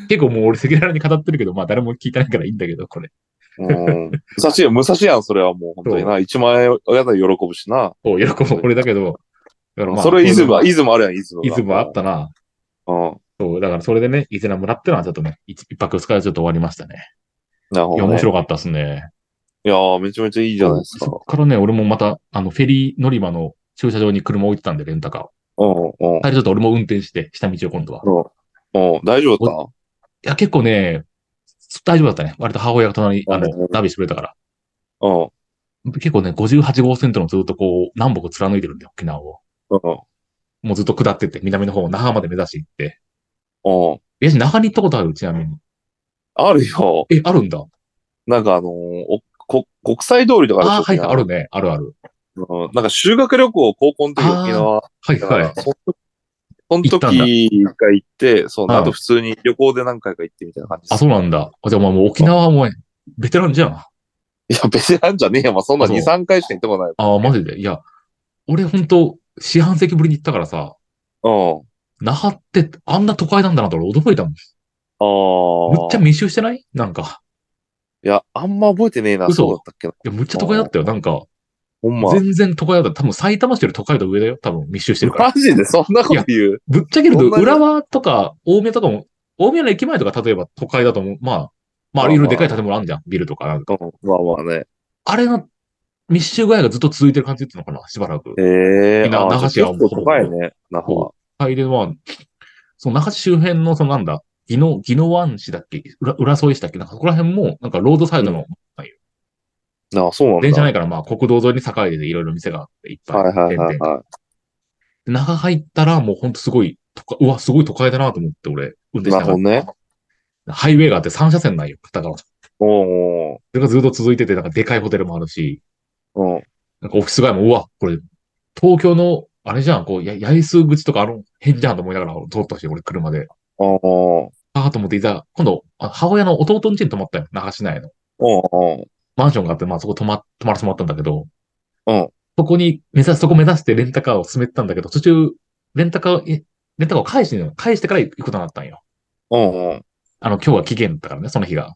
S3: 結構もう俺、赤裸々に語ってるけど、まあ誰も聞いてないからいいんだけど、これ。
S1: うん。武蔵や、武蔵やん、それはもう本当にな。1万円あげたら喜ぶしな。
S3: こう、喜ぶ俺だ けど、だからまあ、
S1: それイズム
S3: は
S1: は、イズムあるやん、イズムが。
S3: イズムはあったな。
S1: うん。
S3: そう、だからそれでね、伊勢名村ってのはちょっとね、一一泊二日でちょっと終わりましたね。
S1: なるほ
S3: い
S1: ど
S3: や、
S1: ね、
S3: 面白かったですね。
S1: いやー、めちゃめちゃいいじゃないですか。
S3: そっからね、俺もまた、あの、フェリー乗り場の駐車場に車置いてたんで、レンタカーを。
S1: うん、うん、
S3: あれちょっと俺も運転して、下道を今度は。
S1: うん。大丈夫だっ
S3: いや、結構ね、大丈夫だったね。割と母親が隣、あ
S1: うん
S3: の、ナビしてくれたから。
S1: たうん、うん
S3: 結構ね、58号線とのずっとこう、南北貫いてるんだよ、沖縄を。もうずっと下ってって、南の方、那覇まで目指していって。、
S1: うん。
S3: え、那覇に行ったことあるちなみに。
S1: あるよ。
S3: え、あるんだ。
S1: なんかあのーおこ国際通りとか
S3: ああー、はい
S1: る
S3: はい、あるね。あるある。
S1: うん。なんか修学旅行、高校の時沖縄
S3: はい
S1: だか
S3: は
S1: ら
S3: い。、
S1: その
S3: 行ったんだ
S1: 時一回行って、そう、
S3: うん
S1: あと普通に旅行で何回か行ってみたいな感じで
S3: あ、
S1: す。
S3: そうなんだ。あじゃあお前もう沖縄はもう、ベテランじゃん。あ
S1: いや、ベテランじゃねえよ。まあ、そんな
S3: あそう
S1: 2、3回しか行ったことない。
S3: あー、マジで。いや、俺ほんと、四半世紀ぶりに行ったからさ、
S1: うん。
S3: 那覇ってあんな都会なんだなと俺驚いたもん。
S1: ああ。
S3: むっちゃ密集してないなんか。
S1: いや、あんま覚えてねえな。
S3: 嘘
S1: そうだったっけない
S3: や、むっちゃ都会だったよ。なんか、
S1: ほんま。
S3: 全然都会だった。多分埼玉市より都会だと上だよ。多分密集してるから。
S1: マジでそんなこと言う
S3: ぶっちゃけると
S1: そんなに
S3: 浦和とか青梅とかも大宮の駅前とか、例えば都会だと思う。まあ、まあ、いろいろでかい建物あるじゃん。ビルとかなんか。
S1: まあまあね。
S3: あれの密集具合がずっと続いてる感じっていうのかな、しばらく。
S1: ええ
S3: みんな
S1: あ
S3: 那覇市は
S1: 結構高いね、那覇は。
S3: はい、で、まあ、その中市周辺の、そのなんだ、宜野、宜野湾市だっけ浦、浦添市だっけなんかそこら辺も、なんかロードサイドの、
S1: あ、そうなんだ。
S3: 電車ないから、まあ、国道沿いに栄えていろいろ店があって、いっぱい。
S1: はいはい
S3: 点々
S1: はいは
S3: で中入ったら、もうほんとすごい、とか、うわ、すごい都会だなと思って、俺、運転しながら。
S1: なる
S3: ハイウェイがあって3車線ないよ、片側。そ
S1: い。おー
S3: れがずっと続いてて、なんかでかいホテルもあるし、
S1: おー。うん。
S3: なんかオフィス街も、うわ、これ、東京の、あれじゃん、こう、や、八重洲口とかある、変じゃんと思いながら通ったし、俺、車で。
S1: おー
S3: ああ、と思っていたら、今度、あ母親の弟の家に泊まったよ、那覇市内の。
S1: おー
S3: マンションがあって、まあそこ泊ま、泊まらせてもらったんだけど、
S1: うん。
S3: そこに目指す、そこ目指してレンタカーを進めてたんだけど、途中、レンタカーを、えレンタカーを返しに、返してから行くことになったんよ。
S1: おー
S3: あの、今日は期限だったからね、その日が。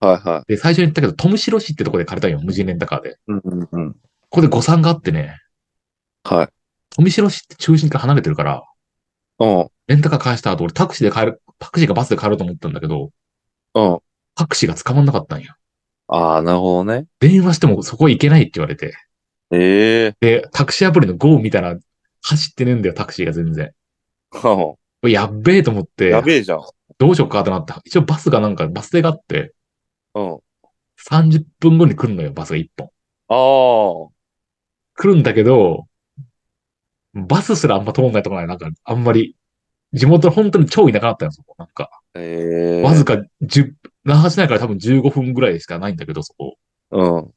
S1: はいはい。
S3: で、最初に言ったけど、トムシロ市ってとこで借りたんよ、無人レンタカーで。
S1: うんうんうん。
S3: ここで誤算があってね、
S1: はい。
S3: トムシロ市って中心から離れてるから、
S1: うん。
S3: レンタカー返した後、俺タクシーで帰る、タクシーかバスで帰ろうと思ったんだけど、
S1: うん。
S3: タクシーが捕まんなかったんよ。
S1: ああ、なるほどね。
S3: 電話してもそこ行けないって言われて。
S1: ええ
S3: で、タクシーアプリの GO みたいな、走ってねえんだよ、タクシーが全然。
S1: ー。
S3: やっべえと思って、
S1: やべえじゃん。
S3: どうしようかってなって、一応バスがなんか、バス停があって、
S1: うん。
S3: 30分後に来るのよ、バスが1本。
S1: ああ。
S3: 来るんだけど、バスすらあんま通んないとこない、なんか、あんまり、地元の本当に超田舎だったよ、そこ。なんか、
S1: ええー。
S3: わずか10、那覇市内から多分15分ぐらいしかないんだけど、そこ。
S1: うん。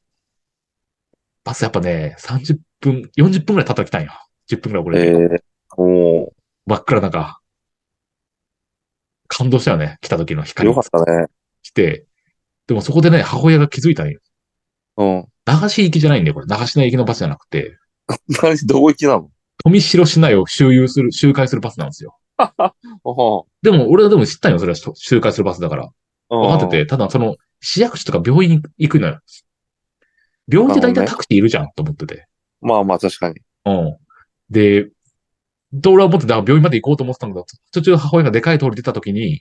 S3: バスやっぱね、30分、40分ぐらい叩きたんよ。10分ぐらい遅れて。
S1: ええー。お
S3: 真っ暗なんか、感動したよね、来た時の
S1: ー。
S3: 光
S1: よかったね。
S3: 来て。でもそこでね、母親が気づいたんよ。
S1: うん。
S3: 流し行きじゃないんだよ、これ。流しの行きのバスじゃなくて、
S1: 何、どこ行きなの
S3: 富城市内を周遊する、周回するバスなんですよ。
S1: お
S3: でも、俺はでも知ったんよ、それは周回するバスだから。
S1: うん。
S3: 分かってて、ただその、市役所とか病院に行くのよ。病院って大体タクシーいるじゃん、と思ってて。
S1: まあまあ、確かに。
S3: うん。で、で、俺は思ってた、病院まで行こうと思ってたんだけど、途中母親がでかい通り出た時に、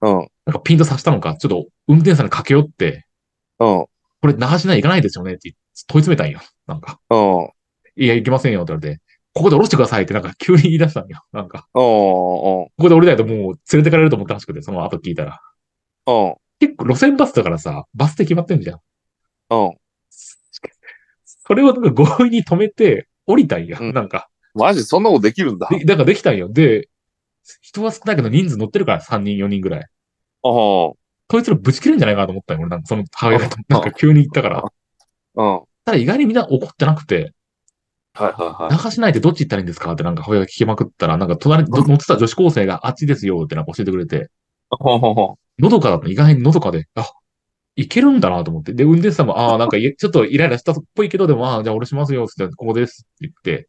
S1: うん。
S3: なんかピンとさせたのか、ちょっと運転手さんに駆け寄って、
S1: うん。
S3: これ流しない行かないですよねって問い詰めたんよ。なんか、
S1: うん。うん。
S3: いや、行きませんよって言われて、ここで降ろしてくださいってなんか急に言い出したんよ。 なんか、
S1: うん。
S3: ここで降りないともう連れてかれると思ったらしくて、その後聞いたら。
S1: うん。
S3: 結構路線バスだからさ、バスで決まってんじゃん。
S1: うん。
S3: それをなんか強引に止めて降りたんや。
S1: うん
S3: なんか、
S1: マジ、そんなことできるんだ。
S3: で、なんかできたんよ。で、人は少ないけど人数乗ってるから、3人、4人ぐらい。
S1: うん。
S3: こいつらぶち切れんじゃないかなと思ったんよ。俺なんかその母親がなんか急に言ったから。
S1: うん。はい
S3: ただ意外にみんな怒ってなくて、
S1: はいは
S3: 流しないでどっち行ったらいいんですかってなんか母親が聞きまくったら、なんか隣にど乗ってた女子高生があっちですよってなんか教えてくれて、
S1: い。
S3: のどかだった。意外にのどかで、あ、行けるんだなと思って。で、運転手さんも、ああ、なんかいえちょっとイライラしたっぽいけど、でも、ああ、じゃあ俺しますよって言って、ここですって言って、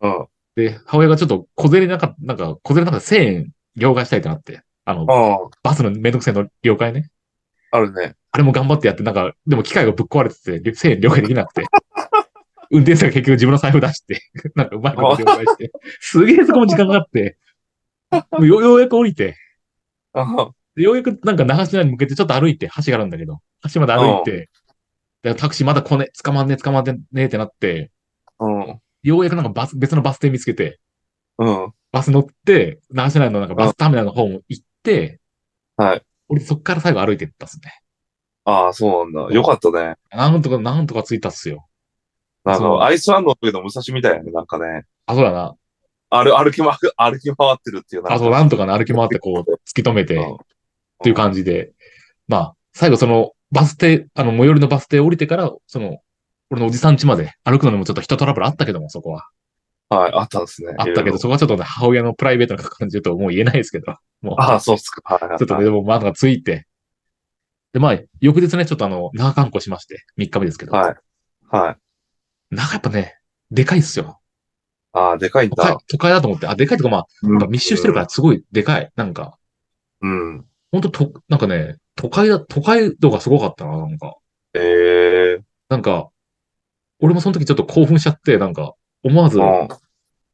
S1: うん。
S3: で、母親がちょっと小銭なんか、なんか小銭なんか1000円両替したいってなって、あの、
S1: うん。
S3: バスのめんどくさいの両替ね。
S1: あるね。
S3: あれも頑張ってやって、なんか、でも機械がぶっ壊れてて、1000円両替できなくて。 運転手さんが結局自分の財布出して、 なんかうまいこと両替して。すげえそこも時間があって。もうよようやく降りて、
S1: うん。
S3: でようやくなんか那覇市内に向けてちょっと歩いて、橋があるんだけど、橋まで歩いて、でタクシーまだ来ね、捕まんね、捕まんねえってなって、
S1: うん。
S3: ようやくなんかバス、別のバス停見つけて、
S1: うん。
S3: バス乗って、那覇市内のなんかバスターミナルの方も行って、
S1: はい。
S3: 俺そっから最後歩いてったっすね。
S1: ああ、そうなんだ。よかったね。
S3: なんとか、なんとか着いたっすよ。
S1: なん
S3: そう
S1: か、アイスランドの上の武蔵みたいやね、なんかね。
S3: あ、そうだな。
S1: 歩歩きまく、歩き回ってるっていうなんか
S3: あと、なんとかね、歩き回ってこう、突き止めて、
S1: うん
S3: っていう感じで。まあ、最後その、バス停、あの、最寄りのバス停降りてから、その、俺のおじさん家まで歩くのにもちょっと人トラブルあったけども、そこは。
S1: はい、あったんですね。
S3: あった
S1: い
S3: け
S1: ろいろ
S3: ど、。そこはちょっとね、母親のプライベートな感じで言うともう言えないですけ ど、もう、
S1: ああ、そうっすか。はいはいはい。
S3: ちょっとね、でも、まだついて。で、まあ、翌日ね、ちょっとあの、長観光しまして、3日目ですけど、
S1: はい。はい。
S3: なんかやっぱね、でかいっすよ。
S1: ああ、でかいん
S3: 都会
S1: だ。
S3: 都会だと思って、あ、でかいとか、まあ、やっぱ密集してるから、すごいでかい。なんか、
S1: うん。
S3: ほんと、と、なんかね、都会だ、都会度がすごかったな、なんか。
S1: ええ
S3: なんか、俺もその時ちょっと興奮しちゃって、なんか、思わず、
S1: う
S3: なんんか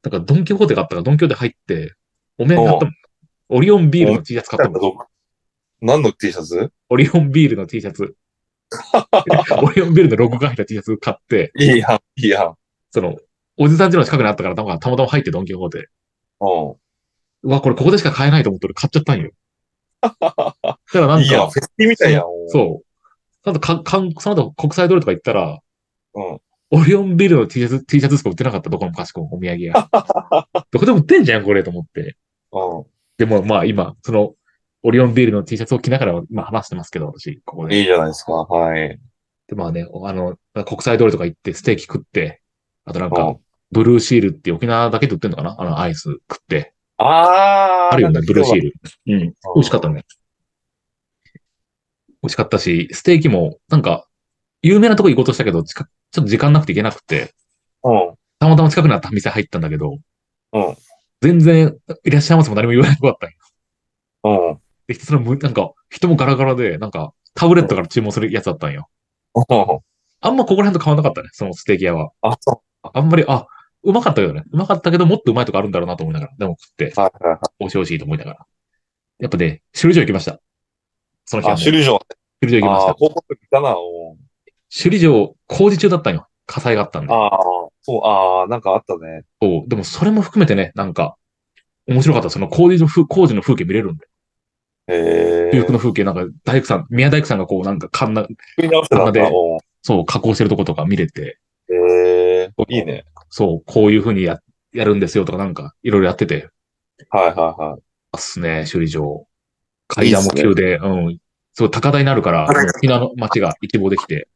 S3: ドンキホーテがあったから、ドンキホーテ入って、お面買ったもんオリオンビールの T シャツ買ったもん。
S1: 何の T シャツ
S3: オリオンビールの T シ ャツ。オリオンビールのロゴが入った T シャツ買って、
S1: いいやん、いいやん。
S3: その、おじさんちの近くにあったからたまたまたま入ってドンキホーテ。
S1: うん。
S3: うわ、これここでしか買えないと思って俺買っちゃった んよ。ただなん
S1: いいやん、
S3: か
S1: フ、ェスティみたいやん。
S3: そう。あとか、かん、その後国際通りとか行ったら、
S1: うん。
S3: オリオンビールの T シャツ、T シャツしか売ってなかった、どこもかしこもお土 産屋。どこでも売ってんじゃん、これ、と思って。
S1: うん。
S3: でもまあ今、その、オリオンビールの T シャツを着ながら今話してますけど、私、ここ
S1: いい
S3: で。
S1: じゃないですか。はい。
S3: で、まあね、あの、国際通りとか行ってステーキ食って、あとなん
S1: う
S3: か
S1: ん、
S3: ブルーシールって沖縄だけで売ってんのかなあのアイス食って。
S1: あー。
S3: あるよね、ブルーシー
S1: ル。
S3: ル。うん。美味しかったね。美味しかったし、ステーキも、なんか、有名なとこ行こうとしたけど、近くちょっと時間なくて行けなくて、
S1: うん。
S3: たまたま近くにあった店入ったんだけど、
S1: うん。
S3: 全然、いらっしゃいますも何も言われなかったんよ
S1: うん。う ん。
S3: で、ひたすらむ、なんか、人もガラガラで、なんか、タブレットから注文するやつだったんよ。あんまここら辺と変わんなかったね、そのステーキ屋は。
S1: あ、そ
S3: あんまり、あ、うまかったけどね。うまかったけど、もっとうまいとこあるんだろうなと思いながら。でも食って
S1: う。、はいはいはい。
S3: 美味しい美味しいと思いながら。やっぱね、首里城行きました。その日は
S1: あ、
S3: もう。
S1: 首
S3: 首里
S1: 里城。
S3: 城行きまし
S1: ああ
S3: た
S1: ー、。高校の時いたな。うん
S3: 首里城工事中だったんよ。火災があったんで。
S1: ああ、そう、ああ、なんかあったね。
S3: おうでもそれも含めてね、なんか、面白かった。その工事の風工事の風景見れるんで。
S1: へえ。
S3: 修復の風景、なんか大工さん、宮大工さんがこうなんかかんな、
S1: 作り直してた
S3: なんんで
S1: だ。うん
S3: そう加工してるとことか見れて、
S1: へえ。いいね。
S3: そう、こういう風にや、やるんですよとかなんか、いろいろやってて、
S1: はいはいはい。
S3: あっすね、修理場。階段も急で、うん。そう、高台になるから、
S1: 高台になる
S3: 沖縄の街が一望できて、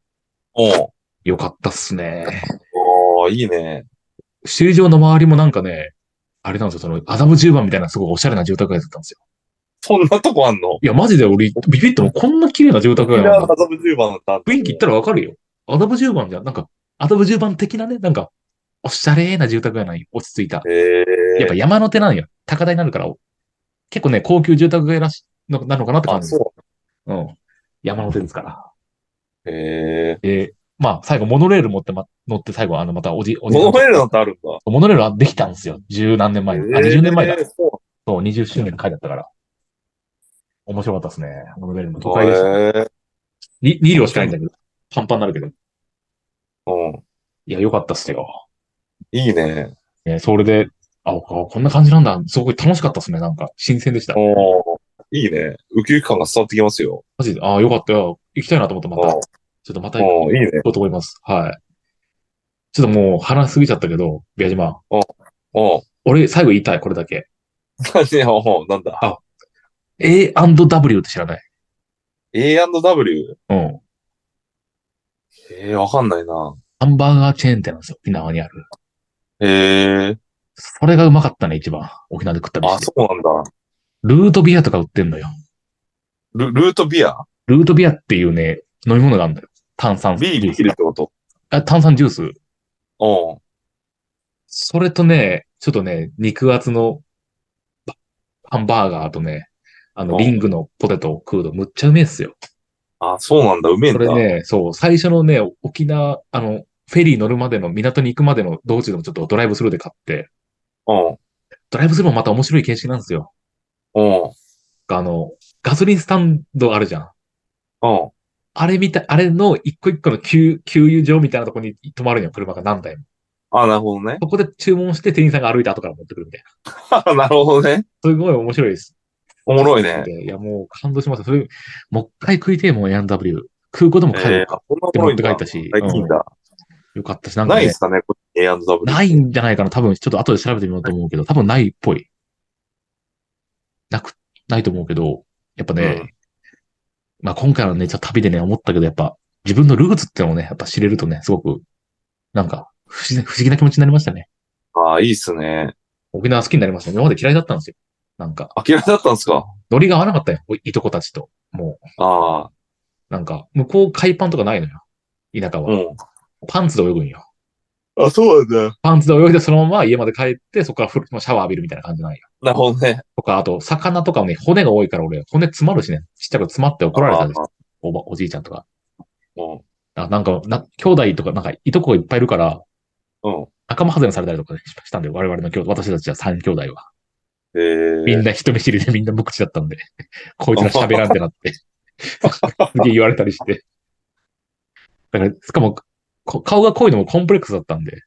S1: うん。
S3: よかったっすね。
S1: おー、いいね。
S3: 修理場の周りもなんかね、あれなんですよ、その、アダム10番みたいなすごいおしゃれな住宅街だったんですよ。
S1: そんなとこあんの
S3: いや、マジで俺、ビビってもこんな綺麗な住宅
S1: 沖
S3: 街なん
S1: 縄
S3: だ。
S1: 麻布十番だった。
S3: 雰囲気言ったらわかるよ。アダム10番じゃん、なんか、アダム10番的なね、なんか、おしゃれな住宅街なんよ落ち着いた。
S1: へえ。
S3: やっぱ山の手なんよ。高台になるから、結構ね、高級住宅街らしのなのかなって感
S1: あ、
S3: じ。
S1: そ
S3: うん。山の手ですから。
S1: う。へえ。
S3: で、まあ、最後、モノレール持って、ま、乗って、最後、あの、また、おじ、おじ
S1: モノレールなんてあるんだ。
S3: モノレールはできたんですよ。十何年前。あ、
S1: へー
S3: 20年前だ。
S1: そ
S3: そう、20周年の回だったから。面白かったですね。モノレールの
S1: う。
S3: 都会でしたね。
S1: へえ。
S3: に2両しかないんだけど。パンパンになるけど。
S1: うん。
S3: いや、よかったっすよ。
S1: いいね。
S3: ね、それで、あ、ここんな感じなんだ。すごい楽しかったっすね。なんか、新鮮でした。マ
S1: おー。いいね。ウキウキ感が伝わってきますよ。
S3: ジで、あよかったよ。行きたいなと思って、また。
S1: うん
S3: ちょっとまた行
S1: うん、いいね。
S3: こうと思います。はい。ちょっともう、話しすぎちゃったけど、ビア島。
S1: うん。
S3: 俺、最後言いたい、これだけ。
S1: 何や、うんなんだ。
S3: A&W って知らない
S1: A&W?
S3: うん。
S1: ええ、わかんないな。
S3: ハンバーガーチェーン店なんですよ。沖縄にある。
S1: へえ。
S3: それがうまかったね、一番。沖縄で食った
S1: あ、
S3: 飯で。
S1: そうなんだ。
S3: ルートビアとか売ってんのよ。
S1: ルルートビア
S3: ルートビアっていうね、飲み物があるんだよ。炭酸ジ
S1: ビービ
S3: ュー
S1: ールっ
S3: ス。
S1: てこと
S3: あ炭酸ジュース。
S1: うん。
S3: それとね、ちょっとね、肉厚のパハンバーガーとね、あ
S1: う
S3: の、
S1: ん
S3: リングのポテトを食うとむっちゃうめえっすよ。
S1: あ、そうなんだ。うめえん
S3: そ
S1: だ。
S3: れね、そう、最初のね、沖縄、あの、フェリー乗るまでの、港に行くまでの道中でもちょっとドライブスルーで買って、
S1: うん。
S3: ドライブスルーもまた面白い形式なんですよ。
S1: うん。
S3: あの、ガソリンスタンドあるじゃん。
S1: うん。
S3: あれみたい、あれの一個一個の給給油場みたいなとこに止まるんよ、車が何台も。
S1: あ、なるほどね。
S3: そこで注文して店員さんが歩いた後から持ってくるみたいな。
S1: あなるほどね。
S3: すごい面白いです。
S1: おもろいね
S3: で。いや、もう感動しました。それ、もう一回食いてえもん、A&W。空港でも帰
S1: え
S3: る
S1: え
S3: か。
S1: こんなお
S3: って
S1: もろ
S3: 持っ
S1: いん
S3: て
S1: だ。
S3: 帰
S1: は
S3: ったし、
S1: い、いいん
S3: うん
S1: だ。
S3: よかったし、なんか、
S1: ない
S3: ね
S1: っ、すかね、これ A&W。
S3: ないんじゃないかな。多分、ちょっと後で調べてみようと思うけど、多分ないっぽい。なく、ないと思うけど、やっぱね、
S1: うん
S3: まあ今回のね、ちょっと旅でね、思ったけど、やっぱ、自分のルーツってのをね、やっぱ知れるとね、すごく、なんか、不思議不思議な気持ちになりましたね。
S1: ああ、いいっすね。
S3: 沖縄好きになりました。今まで嫌いだったんですよ。なんか、
S1: あ、嫌いだったんですか
S3: ノリが合わなかったよ。おいいとこたちと。も
S1: ああ、
S3: う、なんか、向こう海パンとかないのよ。田舎は。
S1: うん。
S3: パンツで泳ぐんよ。
S1: あ、そうなんだ。
S3: パンツで泳いでそのまま家まで帰って、そこから風呂まあシャワー浴びるみたいな感じなんよ。
S1: なるほどね。
S3: とか、あと、魚とかもね、骨が多いから俺、骨詰まるしね、ちっちゃく詰まって怒られたんです
S1: ああ
S3: おば、おじいちゃんとか。
S1: うん。
S3: あなんか、な、兄弟とか、なんか、いとこがいっぱいいるから、
S1: うん。
S3: 仲間外れにされたりとかねししたんで、我々の兄弟、私たちは3兄弟は。
S1: えー、
S3: みんな人見知りでみんな無口だったんで、 こいつら喋らんってなって、すげえ言われたりして。だから、しかも、こ顔が濃いのもコンプレックスだったんで、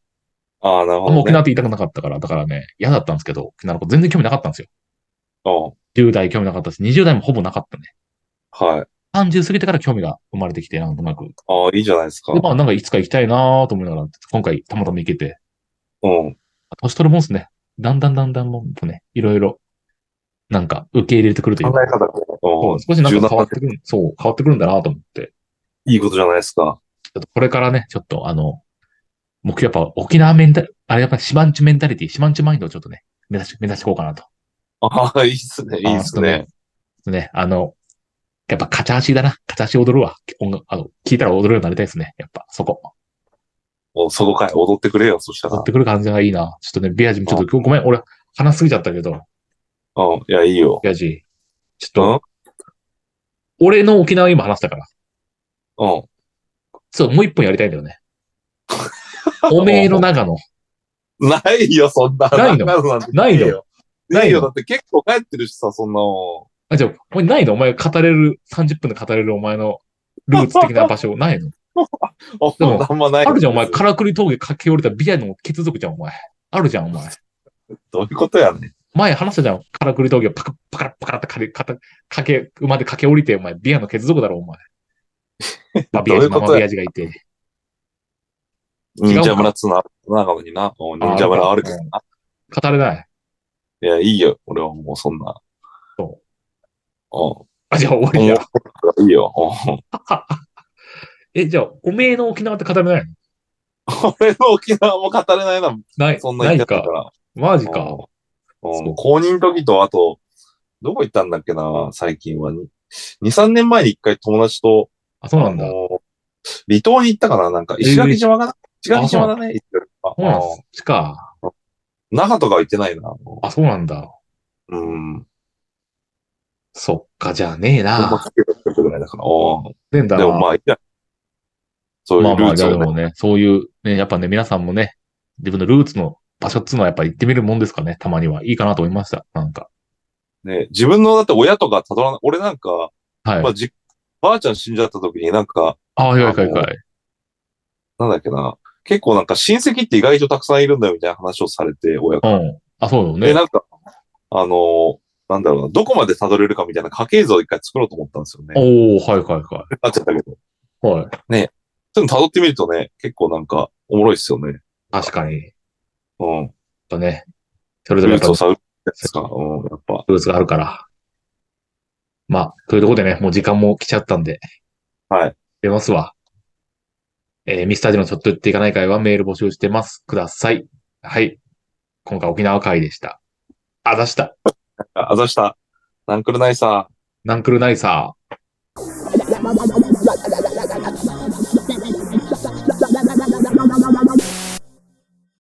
S1: ああ、なるほ
S3: あんま
S1: ど、
S3: 沖
S1: ね。
S3: 縄って言いたくなかったから、だからね、嫌だったんですけど、沖縄の子全然興味なかったんですよ。
S1: うん
S3: 10代興味なかったし、20代もほぼなかったね。
S1: はい。
S3: 30過ぎてから興味が生まれてきて、なんとなく。
S1: ああ、いいじゃないですか。
S3: で、まあなんかいつか行きたいなーと思いながら、今回たまたま行けて、
S1: うん。
S3: 年取るもんっすね。だんだんだんだんもんとね、いろいろ、なんか受け入れてくるという
S1: 考
S3: か
S1: え方が、うん、
S3: 少しなん
S1: 柔軟
S3: か変わってくる、そう、変わってくるんだなと思って。
S1: いいことじゃないですか。
S3: ちょっとこれからね、ちょっとあの、目標やっぱ沖縄メンタル、あれやっぱシマンチュメンタリティ、シマンチュマインドをちょっとね、目指し、目指していこうかなと。
S1: ああ、いいっすね、いいっすね。
S3: あ。ね、あの、やっぱ片足だな。片足踊るわ。音楽、あの、聞いたら踊るようになりたいですね。やっぱ、そこ。
S1: おそこかい、踊ってくれよ、そしたら。
S3: 踊
S1: う
S3: ってくる感じがいいな。ちょっとね、ビアジもちょっと、ごめん、俺、話しすぎちゃったけど、
S1: ん、いや、いいよ。
S3: ビアジ、ち
S1: う
S3: ょっ
S1: ん
S3: と、俺の沖縄今話したから、
S1: うん。
S3: そう、もう一本やりたいんだよね。おめえの長野。
S1: ないよ、そんな。
S3: ないの
S1: んなんて
S3: ないの
S1: ねえよ。な
S3: ないの
S1: いよ。だって結構帰ってるしさ、そんなも
S3: あ、じゃあ、お前ないのお前語れる、30分で語れるお前のルーツ的な場所 ないの
S1: ん。あ
S3: でも
S1: あんまない。
S3: あるじゃん、お前。からくり峠駆け下りたビアの血族じゃん、お前。あるじゃん、お前。
S1: どういうことやねん。
S3: 前話したじゃん、からくり峠をパカパカパカって駆け、駆け、馬で駆け下りて、お前、ビアの血族だろ、お 前。まあ、ビ
S1: ど
S3: アジ、
S1: ういうこ
S3: マ
S1: と
S3: マビアジがいて。違う
S1: 忍者村っつうのある長野にな。うん忍者村あるけどな。
S3: 語れない。
S1: いや、いいよ。俺はもうそんな。。
S3: そうあ、じゃあ終わ
S1: うん。
S3: り
S1: い
S3: や。
S1: いよ。 うん
S3: え、じゃあ、おめえの沖縄って語れないの
S1: 俺の沖縄も語れないな。
S3: ない、
S1: そんな
S3: な
S1: 言っ
S3: い
S1: ちゃったか
S3: か。
S1: ら。
S3: マジか。
S1: うん。
S3: そ
S1: うん
S3: う
S1: 公認時と、あと、どこ行ったんだっけな、最近は。2、3年前に一回友達と、
S3: あ、そうなんだ
S1: あ。の離島に行ったかななんか、石垣島が、石垣島だね、行ってるあ
S3: そうなんですか。
S1: 那覇とかは行ってないな。
S3: あ、そうなんだ。
S1: うん。
S3: そっか、じゃあねえ
S1: あ
S3: な。
S1: ぐらいだから。お
S3: でんだ
S1: ー
S3: な
S1: でもまあ、いいや。そうい
S3: まあ
S1: うル
S3: ま
S1: ー
S3: あ、じ
S1: ツ
S3: ゃ
S1: を
S3: あで
S1: ね。
S3: もね、そういう、ね、やっぱね、皆さんもね、自分のルーツの場所っつうのはやっぱ行ってみるもんですかね、たまには。いいかなと思いました。なんか。
S1: ね、自分のだって親とかたどらない。俺なんか、
S3: はい
S1: ま。あ、じばあちゃん死んじゃった時になんか、
S3: ああ、いかいかいかい。
S1: なんだっけな。結構なんか親戚って意外とたくさんいるんだよみたいな話をされて、親
S3: う
S1: が。
S3: ん。あ、そうよ
S1: で、
S3: ね。
S1: なんか、あのーなんだろうな、どこまでたどれるかみたいな家系図を一回作ろうと思ったんですよね。
S3: おおはいはいは
S1: なっちゃったけど。
S3: い。はい。
S1: そういうの辿ってみるとね、結構なんか、おもろいっすよね。
S3: 確かに。やっ
S1: うん。
S3: ぱね、それぞれ
S1: ル
S3: や
S1: ー
S3: っぱ
S1: ツを探るやつ
S3: そ
S1: か。うん、やっぱ。
S3: ルーツがあるから。まあ、というところでね、もう時間も来ちゃったんで。
S1: はい。
S3: 出ますわ。えーミスタージのちょっと言っていかない会はメール募集してます。ください。はい。今回沖縄会でした。あざした。
S1: ああざした。なんくるないさ。
S3: ナンクルナイサー。
S4: Bye.